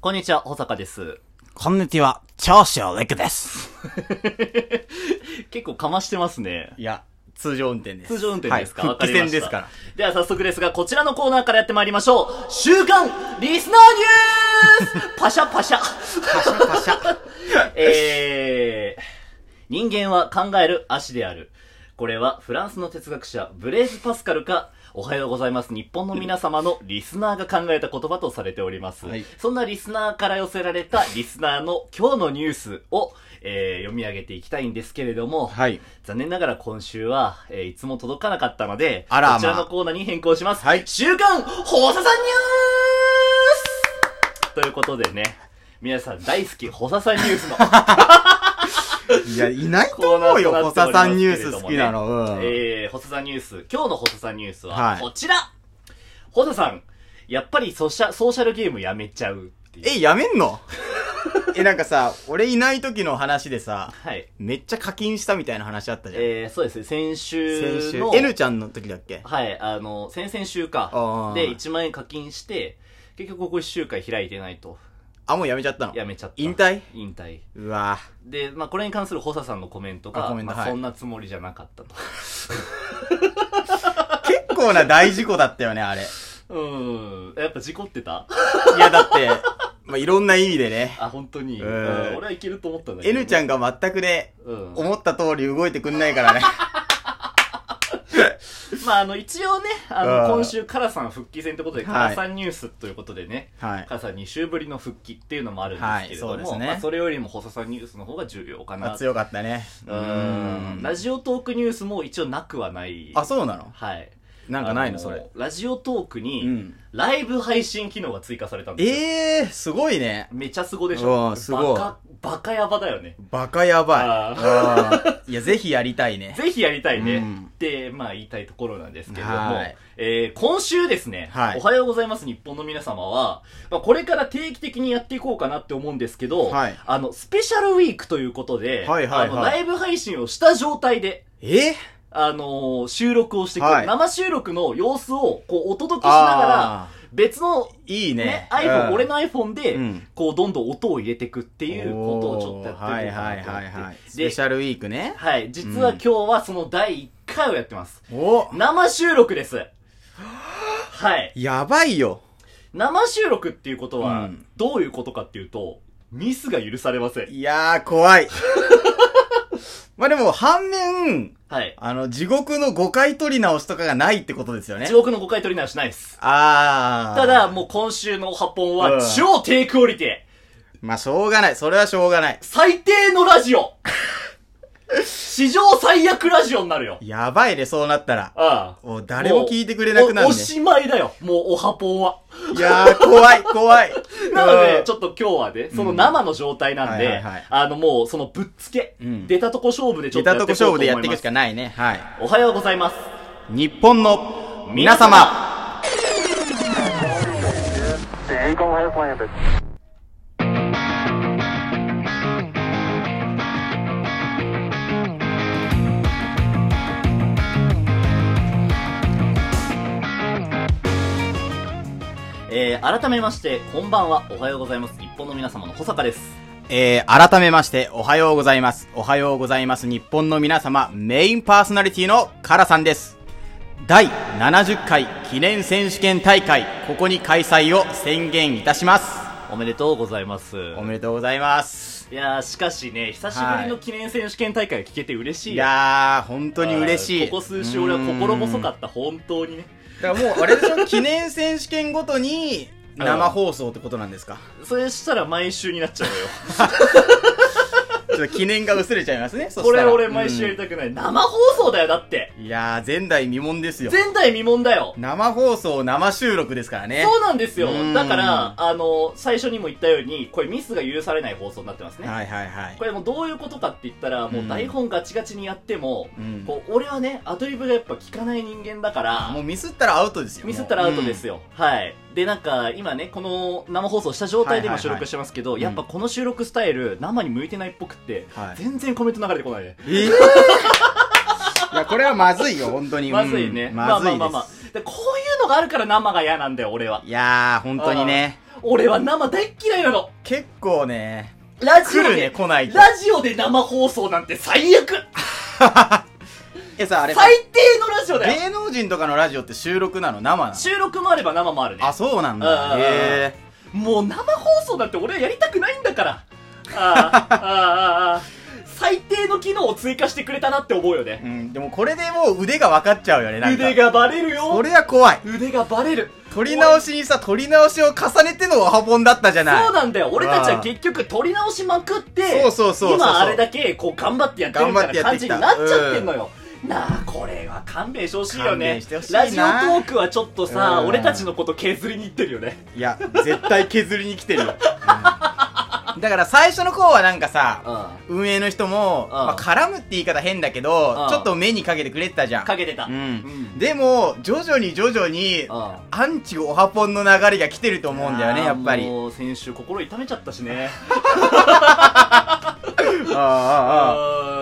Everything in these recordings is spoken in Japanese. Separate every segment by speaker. Speaker 1: こんにちは、保坂です。
Speaker 2: こんにちは、長州力です。
Speaker 1: 結構かましてますね。
Speaker 2: いや、通常運転です。
Speaker 1: 通常運転ですか、
Speaker 2: はい、
Speaker 1: わか
Speaker 2: 復帰
Speaker 1: りま
Speaker 2: 戦
Speaker 1: した
Speaker 2: ですから。。
Speaker 1: では早速ですが、こちらのコーナーからやってまいりましょう。週刊リスナーニュース パシャパシ ャ。
Speaker 2: パシャパシャ。
Speaker 1: えー、人間は考える足である。これはフランスの哲学者ブレーズ・パスカルか、おはようございます。日本の皆様のリスナーが考えた言葉とされております。
Speaker 2: はい
Speaker 1: そんなリスナーから寄せられたリスナーの今日のニュースを、えー読み上げていきたいんですけれども、
Speaker 2: はい。
Speaker 1: 残念ながら今週は、えーいつも届かなかったので、
Speaker 2: あらまあ
Speaker 1: こちらのコーナーに変更します。
Speaker 2: はい
Speaker 1: 週刊、放射さんニュースということでね、皆さん大好き、放射さんニュー スの
Speaker 2: いや、いないと
Speaker 1: コーナ
Speaker 2: 思う
Speaker 1: ー
Speaker 2: よ、
Speaker 1: とな
Speaker 2: 小
Speaker 1: ってお
Speaker 2: 佐
Speaker 1: りま
Speaker 2: さ
Speaker 1: す
Speaker 2: ん
Speaker 1: け
Speaker 2: ニュ
Speaker 1: れ
Speaker 2: ース
Speaker 1: どもね
Speaker 2: 好きなの。うん。
Speaker 1: えー、ホサさんニュース、今日のホサさんニュースは
Speaker 2: はい
Speaker 1: こちら、ホサさん、やっぱりソシャソーシャルゲームやめちゃうっていう。
Speaker 2: え、やめんのえ、なんかさ、俺いない時の話でさ、
Speaker 1: はい。
Speaker 2: めっちゃ課金したみたいな話あったじゃん。
Speaker 1: えー、そうですね、先
Speaker 2: 先
Speaker 1: 週
Speaker 2: 週
Speaker 1: の、。
Speaker 2: N ちゃんの時だっけ
Speaker 1: はい、あの、先々週
Speaker 2: あ
Speaker 1: か
Speaker 2: ー。
Speaker 1: で、1万円課金して、結局ここ1週間開いてないと。
Speaker 2: あ、もうやめちゃったの
Speaker 1: やめちゃった。
Speaker 2: 引退
Speaker 1: 引退。
Speaker 2: うわぁ。
Speaker 1: で、まあ、これに関する補佐さんのコメントが、
Speaker 2: あコメント
Speaker 1: まあ
Speaker 2: はい
Speaker 1: そんなつもりじゃなかったと。
Speaker 2: 結構な大事故だったよね、あれ。
Speaker 1: うん。やっぱ事故ってた
Speaker 2: いや、だって、まあ、いろんな意味で ね。
Speaker 1: あ、本当に。
Speaker 2: う
Speaker 1: うんん。俺はいけると思ったんだけど。
Speaker 2: N ちゃんが全くね、
Speaker 1: うん。
Speaker 2: 思った通り動いてくんないか らね。
Speaker 1: まあ、あの、一応ね、あ
Speaker 2: う
Speaker 1: の、
Speaker 2: ん
Speaker 1: 今週、カラさん復帰戦ということで、
Speaker 2: はい
Speaker 1: カラさんニュースということでね、
Speaker 2: はい
Speaker 1: カ。ラさん2週ぶりの復帰っていうのもあるんですけれども、
Speaker 2: はいそうですね
Speaker 1: まあ、それよりも補佐さんニュースの方が重要か
Speaker 2: ま
Speaker 1: な
Speaker 2: あ、。強かったね。
Speaker 1: うん。ラジオトークニュースも一応なくはない。
Speaker 2: あ、そうなの
Speaker 1: はい。
Speaker 2: なんかないの、
Speaker 1: あ
Speaker 2: それ。。
Speaker 1: ラジオトーク
Speaker 2: う
Speaker 1: に、
Speaker 2: ん。
Speaker 1: ライブ配信機能が追加されたんですよ。
Speaker 2: ええー、すごいね。
Speaker 1: めちゃすごでしょ
Speaker 2: うんすごい
Speaker 1: バカ、バカヤバだよね。
Speaker 2: バカやばい。
Speaker 1: あ
Speaker 2: あーいや、ぜひやりたいね。
Speaker 1: ぜひやりたいね。
Speaker 2: うん
Speaker 1: って、まあ言いたいところなんですけれども
Speaker 2: はい、
Speaker 1: えー、今週ですね、
Speaker 2: はい
Speaker 1: おはようございます日本の皆様は、まあ、これから定期的にやっていこうかなって思うんですけど、
Speaker 2: はい
Speaker 1: あの、スペシャルウィークということで、
Speaker 2: はいはいはい
Speaker 1: あのライブ配信をした状態で、
Speaker 2: え
Speaker 1: あのー収録をしていく、
Speaker 2: はい
Speaker 1: 生収録の様子をこうお届けしながら
Speaker 2: あ、
Speaker 1: 別の
Speaker 2: いいね。
Speaker 1: ね、iPhone、
Speaker 2: うん
Speaker 1: 俺の iPhone で、
Speaker 2: うん
Speaker 1: こう、どんどん音を入れてくっていうことをちょっとやってみようか
Speaker 2: はい
Speaker 1: なと
Speaker 2: はいはい
Speaker 1: 思
Speaker 2: は
Speaker 1: っ
Speaker 2: い。ス
Speaker 1: て。
Speaker 2: ペシ
Speaker 1: で、
Speaker 2: ャルウィークね。
Speaker 1: はい、実は今日はその第1回をやってます。
Speaker 2: お
Speaker 1: 生収録 です。はい。
Speaker 2: やばいよ。
Speaker 1: 生収録っていうこと
Speaker 2: う
Speaker 1: は
Speaker 2: ん、
Speaker 1: どういうことかっていうと、ミスが許されません。
Speaker 2: いやー、怖い。まあでも、反面、
Speaker 1: はい。
Speaker 2: あの、地獄の5回取り直しとかがないってことですよね
Speaker 1: 地。獄の誤解取り直しないです。
Speaker 2: あー。
Speaker 1: ただ、、もう今週の8本は
Speaker 2: うん
Speaker 1: 超低クオリティ。
Speaker 2: まあ、しょうがない。それはしょうがない。
Speaker 1: 最低のラジ オ史上最悪ラジオになるよ。
Speaker 2: やばいね、そうなったら。
Speaker 1: ああ。
Speaker 2: お誰も聞いてくれなくなる
Speaker 1: おお
Speaker 2: ね。
Speaker 1: しまいだよ。もう、おはぽんは。
Speaker 2: いやー、怖い、怖い。
Speaker 1: なので、ち
Speaker 2: ょっ
Speaker 1: ょっと今日はね、その生の状態なん
Speaker 2: うんは
Speaker 1: で
Speaker 2: いはいはい、
Speaker 1: あの、もう、そのぶっつけ、
Speaker 2: うん
Speaker 1: 出たとこ勝負でちょっとや
Speaker 2: た
Speaker 1: って
Speaker 2: と
Speaker 1: いこ
Speaker 2: こ
Speaker 1: うと
Speaker 2: 勝負
Speaker 1: 思
Speaker 2: で
Speaker 1: い
Speaker 2: や
Speaker 1: ま
Speaker 2: っていくし
Speaker 1: す。
Speaker 2: かないね。はい。
Speaker 1: おはようございます。
Speaker 2: 日本の皆様。
Speaker 3: The Eagle has landed.
Speaker 1: えー、改めまして、こんばんは、おはようございます。日本の皆様の保坂です。
Speaker 2: えー、改めまして、おはようございます。おはようございます。日本の皆様、メインパーソナリティのカラさんです。第70回記念選手権大会、ここに開催を宣言いたします。
Speaker 1: おめでとうございます。
Speaker 2: おめでとうございます。
Speaker 1: いやー、しかしね、久しぶりの記念選手権大会が聞けて嬉しい。
Speaker 2: いやー、本当に嬉し
Speaker 1: あ
Speaker 2: い。
Speaker 1: ーここ数週俺は心細かった、本当にね。
Speaker 2: だからもうあれでしょ記念選手権ごとに生放送ってことなんですか
Speaker 1: それしたら毎週になっちゃうのよ。
Speaker 2: ちょっと記念が薄れちゃいますねそ
Speaker 1: こ
Speaker 2: した
Speaker 1: れ
Speaker 2: ら
Speaker 1: 俺毎週やりたくない。生放送だよ、だって。
Speaker 2: うんいやー前代未聞ですよ
Speaker 1: 前代未聞だよ。
Speaker 2: 生放送生収録ですからね
Speaker 1: そうなんですよ
Speaker 2: う。ん
Speaker 1: だから、あの、最初にも言ったように、これミスが許されない放送になってますね。
Speaker 2: はいはいはい
Speaker 1: これもうどういうことかって言ったら、もう台本ガチガチにやっても、
Speaker 2: うん
Speaker 1: こう俺はね、アドリブがやっぱ効かない人間だから、
Speaker 2: もうミスったらアウトですよ
Speaker 1: ミスったらアウトです
Speaker 2: よ、
Speaker 1: よ、はい。で、なんか、今ね、この生放送した状態でも収録してますけど、
Speaker 2: いはい
Speaker 1: やっぱこの収録スタイル、生に向いてないっぽくって、
Speaker 2: はい
Speaker 1: 全然コメント流れてこないね。
Speaker 2: うん えーいやこれはまずいよ本当に
Speaker 1: まずいね。
Speaker 2: うんまずい
Speaker 1: ま
Speaker 2: です、
Speaker 1: あまあまあまあでこういうのがあるから生が嫌なんだよ、俺は。
Speaker 2: いやー本当にね
Speaker 1: あー俺は生大っ嫌いなの
Speaker 2: 結構ね、
Speaker 1: ラジオ
Speaker 2: 来
Speaker 1: で、
Speaker 2: るね、来ないと。
Speaker 1: ラジオで生放送なんて最悪
Speaker 2: えさ、あれさ、
Speaker 1: 最低のラジオだよ
Speaker 2: 芸能人とかのラジオって収録なの生なの
Speaker 1: 収録もあれば生もあるね
Speaker 2: あ、そうなん
Speaker 1: う
Speaker 2: だ。
Speaker 1: んうんうん
Speaker 2: へ
Speaker 1: もう生放送なんて俺はやりたくないんだからああああああ最低の機能を追加してくれたなって思うよ
Speaker 2: え。
Speaker 1: ね
Speaker 2: うん、でもこれでもう腕が分かっちゃうよね、なんか。
Speaker 1: 腕。がバレるよ
Speaker 2: 俺は怖い。
Speaker 1: 腕がバレる
Speaker 2: 撮り直しにさ、撮り直しを重ねてのワハポンだったじゃない。
Speaker 1: そうなんだよ俺たちは結局取り直しまくって
Speaker 2: そうそうそうそう
Speaker 1: 今あれだけこう頑張ってやってるみたいな
Speaker 2: 頑張
Speaker 1: 感
Speaker 2: って
Speaker 1: じ
Speaker 2: やってき
Speaker 1: にな
Speaker 2: た
Speaker 1: っちゃってんのよ、なあこれは勘弁してほしいよ
Speaker 2: 勘
Speaker 1: ね
Speaker 2: 弁してほしいな
Speaker 1: ラジオトークはちょっとさ、
Speaker 2: うん
Speaker 1: 俺たちのこと削りにいってるよね
Speaker 2: いや、絶対削りに来てる よ。うんだから最初の方はなんか
Speaker 1: う
Speaker 2: さ、
Speaker 1: ん
Speaker 2: 運営の人も、
Speaker 1: ん
Speaker 2: まあ絡むって言い方変だけ
Speaker 1: う
Speaker 2: ど
Speaker 1: ん、
Speaker 2: ちょっと目にかけてくれてたじゃん。
Speaker 1: かけてた
Speaker 2: う
Speaker 1: うん
Speaker 2: ん。でも、徐々に徐々
Speaker 1: う
Speaker 2: に、
Speaker 1: ん
Speaker 2: アンチオハポンの流れが来てると思うんだよね、やっぱり。
Speaker 1: もう先週心痛めちゃったし ね
Speaker 2: ああああ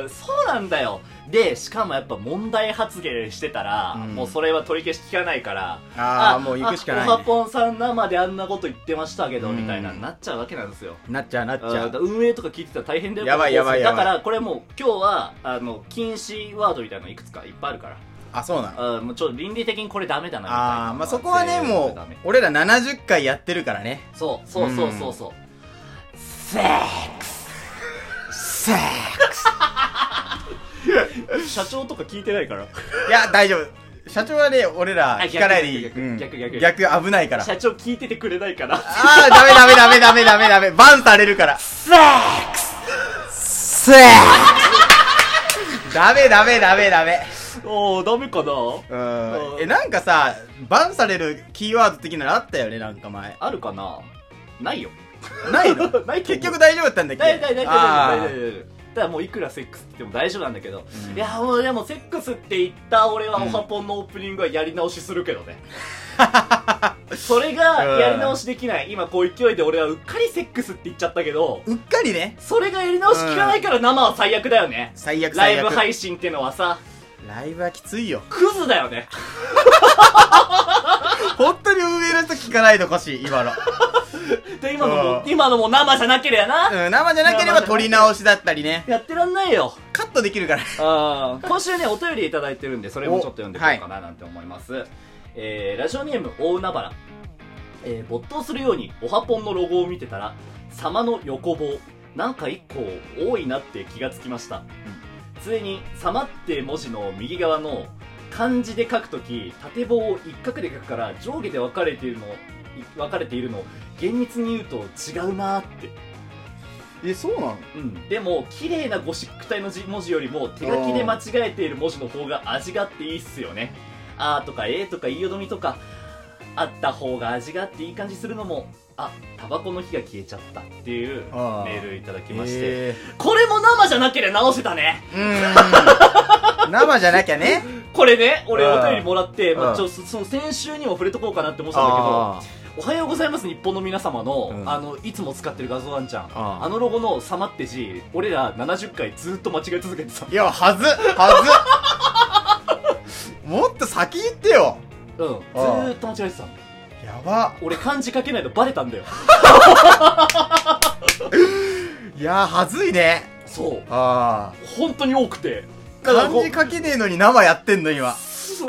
Speaker 1: うーんそうなんだよでしかもやっぱ問題発言してたら、
Speaker 2: うん
Speaker 1: もうそれは取り消し聞かないから
Speaker 2: あーもう行くしかないね
Speaker 1: あオハポンさん生であんなこと言ってましたけど、
Speaker 2: うん
Speaker 1: みたいなになっちゃうわけなんですよ
Speaker 2: なっちゃうなっち
Speaker 1: あ
Speaker 2: ゃ
Speaker 1: ーだから
Speaker 2: う。
Speaker 1: 運営とか聞いてたら大変だよ
Speaker 2: やばいやばいやばい
Speaker 1: だからこれもう今日はあの禁止ワードみたいなのいくつかいっぱいあるから
Speaker 2: あ、そうなの
Speaker 1: あーもうちょっと倫理的にこれダメだなみたいな
Speaker 2: ああ、まあそこはね、
Speaker 1: 全部
Speaker 2: もう
Speaker 1: ダメ、
Speaker 2: 俺ら70回やってるからね。
Speaker 1: そうそうそうそうそう、セック
Speaker 2: さあ
Speaker 1: ス社長とか聞いてない から
Speaker 2: いや、大丈夫。社長はね、俺ら
Speaker 1: あ
Speaker 2: 聞かないでいい。
Speaker 1: 逆
Speaker 2: うん
Speaker 1: 逆逆
Speaker 2: 逆危ないから。
Speaker 1: 社長聞いててくれないかな
Speaker 2: ああ、ダメダメダメダメダメダメ。バンされるから。
Speaker 1: セックス
Speaker 2: せーダメダメダメダメ。
Speaker 1: おー、ダメかな
Speaker 2: うん。え、なんかさ、バンされるキーワード的なのあったよね、なんか前。
Speaker 1: あるかなないよ。
Speaker 2: ないの
Speaker 1: ないと思う
Speaker 2: 結局大丈夫だったんだっけ
Speaker 1: 大体大体大
Speaker 2: あー
Speaker 1: 体大体だからもういくらセックスって言っても大丈夫なんだけど、
Speaker 2: うん
Speaker 1: いやもうでもセックスって言った俺はオハポンのオープニングはやり直しするけど ね、それがやり直しできない今こう勢いで俺はうっかりセックスって言っちゃったけど
Speaker 2: うっかりね。
Speaker 1: それがやり直し聞かないから生は最悪だよね、
Speaker 2: 最悪
Speaker 1: ラ
Speaker 2: 最
Speaker 1: イブ
Speaker 2: 悪。
Speaker 1: 配信ってのはさ
Speaker 2: ライブはきついよ。
Speaker 1: クズだよね
Speaker 2: 本当に運営の人聞かないでほしい、今の。
Speaker 1: で今のも
Speaker 2: うん
Speaker 1: 今のも生じゃなければな、
Speaker 2: うん、生じゃなければ撮り直しだったりね。
Speaker 1: やってらんないよ
Speaker 2: カットできるから。
Speaker 1: あー今週ねお便りいただいてるんでそれもちょっと読んでいこうかななんて思います、えー、ラジオネーム大海原、えー、没頭するようにオハポンのロゴを見てたら様の横棒なんか一個多いなって気がつきました、ついに「様」って文字の右側の漢字で書くとき縦棒を一角で書くから上下で分かれているのい分かれているの厳密に言うと違うなーって
Speaker 2: え、そうなの
Speaker 1: うん、でも綺麗なゴシック体の字文字よりも手書きで間違えている文字の方が味があっていいっすよね「あ」とか「え」とか「いいよどみ」とかあった方が味があっていい感じするのもあタバコの火が消えちゃったっていうメ
Speaker 2: あー
Speaker 1: ールいただきまして、
Speaker 2: え
Speaker 1: これも生じゃなければ直せたね
Speaker 2: ーうーん。生じゃなきゃね。
Speaker 1: これね俺
Speaker 2: うん
Speaker 1: お便りもらって、ま
Speaker 2: う
Speaker 1: あ、
Speaker 2: ん
Speaker 1: ちょそその先週にも触れとこうかなって思ってたんだけど「おはようございます日本の皆様の」
Speaker 2: うん
Speaker 1: あのいつも使ってる画像ワンちゃん
Speaker 2: あ
Speaker 1: あのロゴの「様」って字俺ら70回ずっと間違え続けてた
Speaker 2: いや、はず、はず。もっと先行ってよ。
Speaker 1: うん、ずーっと間違えてたの
Speaker 2: やば。
Speaker 1: 俺漢字書けないのバレたんだよ
Speaker 2: いや、はずいね。
Speaker 1: そう
Speaker 2: あ
Speaker 1: 本当に多くて
Speaker 2: あ。
Speaker 1: だから
Speaker 2: 漢
Speaker 1: こう
Speaker 2: 字書けねえのに生やってんの、今。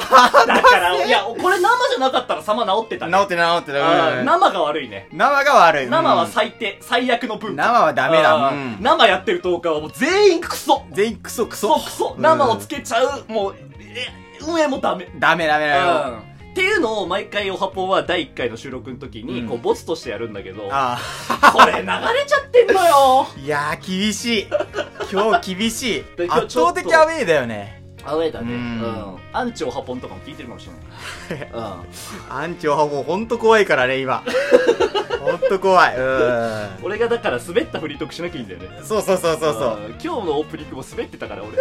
Speaker 1: だからいやこれ生じゃなかったら様治ってた
Speaker 2: 治
Speaker 1: ね
Speaker 2: ってない治って
Speaker 1: あ
Speaker 2: な
Speaker 1: ー
Speaker 2: い。
Speaker 1: 生が悪いね
Speaker 2: 生が悪い。
Speaker 1: 生は
Speaker 2: うん
Speaker 1: 最低、最悪の文化
Speaker 2: 生はダメだ。
Speaker 1: あー
Speaker 2: うん
Speaker 1: 生やってる10日はもう全員クソ
Speaker 2: 全員クソク
Speaker 1: クソ
Speaker 2: ソ。
Speaker 1: クソ
Speaker 2: うん
Speaker 1: 生をつけちゃうもうえ運営もダメ
Speaker 2: ダメダメダ
Speaker 1: う
Speaker 2: メ。
Speaker 1: んっていうのを毎回オハポンは第1回の収録の時に
Speaker 2: うん
Speaker 1: こうボツとしてやるんだけど、
Speaker 2: あ
Speaker 1: これ流れちゃってんのよ
Speaker 2: あ。いやー、厳しい。今日厳しい
Speaker 1: で。今日
Speaker 2: 圧
Speaker 1: ちょっ
Speaker 2: 倒
Speaker 1: と
Speaker 2: 的アウェイだよね。
Speaker 1: アウェーだね
Speaker 2: う
Speaker 1: うんんアンチオハポンとかも聞いてるかもしれ ないうん
Speaker 2: アンチオハもうほんと怖いから ね、今。ほんと怖い。う
Speaker 1: 俺がだから滑ったフリートークしなきゃいいんだよね
Speaker 2: ん。そうそうそうそうそう。
Speaker 1: ん今日のオープニングも滑ってた から俺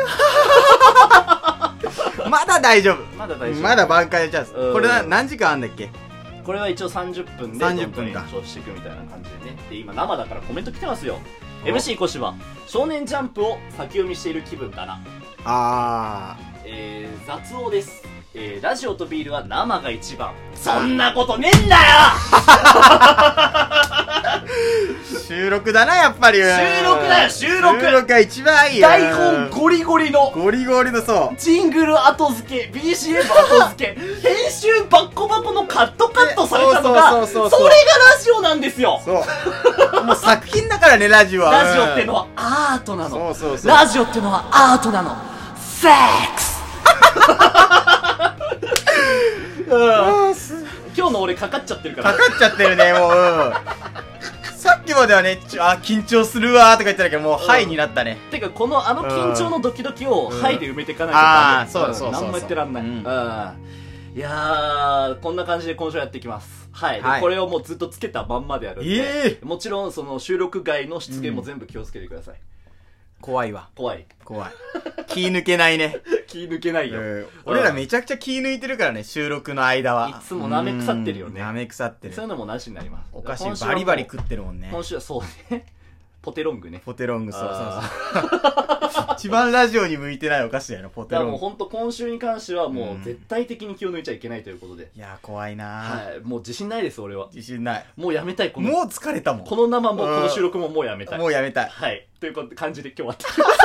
Speaker 2: まだ大丈夫。
Speaker 1: まだ大丈夫
Speaker 2: まだ挽回のチャンス。
Speaker 1: うん
Speaker 2: これな何時間あんだっけ
Speaker 1: これは一応30分で
Speaker 2: 30分
Speaker 1: どん
Speaker 2: か
Speaker 1: どん延長していくみたいな感じでねで今生だからコメント来てますよ
Speaker 2: お
Speaker 1: MC 腰は少年ジャンプを先読みしている気分だな
Speaker 2: あ
Speaker 1: えー、雑王ですえーラジオとビールは生が一番そんなことねえんだ
Speaker 2: 収録だな、やっぱり。収
Speaker 1: 録だよ収録
Speaker 2: 収録が一番い
Speaker 1: よ
Speaker 2: いよ
Speaker 1: 台本ゴリゴリの
Speaker 2: ゴリゴリのそう。
Speaker 1: ジングル後付け BCM 後付け編集バッコバコのカットカットされたの
Speaker 2: そ
Speaker 1: が
Speaker 2: う
Speaker 1: そ
Speaker 2: そうそう
Speaker 1: れが
Speaker 2: そう
Speaker 1: ラジオなんですよ
Speaker 2: そう。もう作品だからね、ラジオは。
Speaker 1: ラジオっての
Speaker 2: は。
Speaker 1: はアートな
Speaker 2: そ
Speaker 1: の
Speaker 2: うそうそう。
Speaker 1: ラジオってのはアートなのセックス うん
Speaker 2: あーす
Speaker 1: 今日の俺かかっちゃってるか
Speaker 2: からかっちゃってるね、もう。うんさっきまではね、ちょあ、緊張するわーとか言ってたけど、もう、はいになったね。
Speaker 1: てかこのあの緊張のドキドキを「
Speaker 2: うん
Speaker 1: はい」で埋めていかない
Speaker 2: あー
Speaker 1: とダメ
Speaker 2: そうそうそうそうん
Speaker 1: 何もやってらんない、
Speaker 2: う
Speaker 1: うんんいやーこんな感じで今週はやっていきますはい、で
Speaker 2: はい
Speaker 1: これをもうずっとつけたまんまでやるんで、
Speaker 2: え
Speaker 1: もちろんその収録外の出現も全部気をつけてください、
Speaker 2: 怖いわ。
Speaker 1: 怖い
Speaker 2: 怖い。気抜けないね。
Speaker 1: 気抜けないよ、
Speaker 2: うん俺らめちゃくちゃ気抜いてるからね、収録の間は。
Speaker 1: いつも舐め腐ってるよね
Speaker 2: うん舐め腐ってる
Speaker 1: そうい。うのもなしになります
Speaker 2: お菓
Speaker 1: 今週はも
Speaker 2: 子バ
Speaker 1: う
Speaker 2: リバリ食ってるもんね。
Speaker 1: 今週はそうね ポテロングね
Speaker 2: ポテロング、そうそう
Speaker 1: あ
Speaker 2: そう。一番ラジオに向いてないお菓子だよな、ポテ
Speaker 1: だからも
Speaker 2: ロン
Speaker 1: う
Speaker 2: グ。
Speaker 1: 本当今週に関してはもうんう絶対的に気を抜いちゃいけないということで、
Speaker 2: いやー、怖いなー
Speaker 1: はいもう自信ないです俺は
Speaker 2: 自信ない。
Speaker 1: もうやめたいこの
Speaker 2: もう疲れたもん。
Speaker 1: この生もこの収録ももうやめたい。
Speaker 2: もうやめたい。
Speaker 1: はい。ということで感じで今日はやって きます。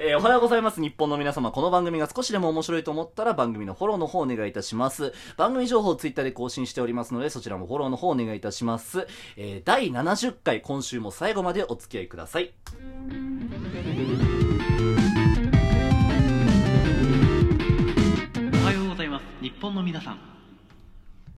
Speaker 1: えーおはようございます。日本の皆様、この番組が少しでも面白いと思ったら番組のフォローの方お願いいたします。番組情報をツイッターで更新しておりますので、そちらもフォローの方お願いいたします。えー第70回、今週も最後までお付き合いください。おはようございます。日本の皆さん。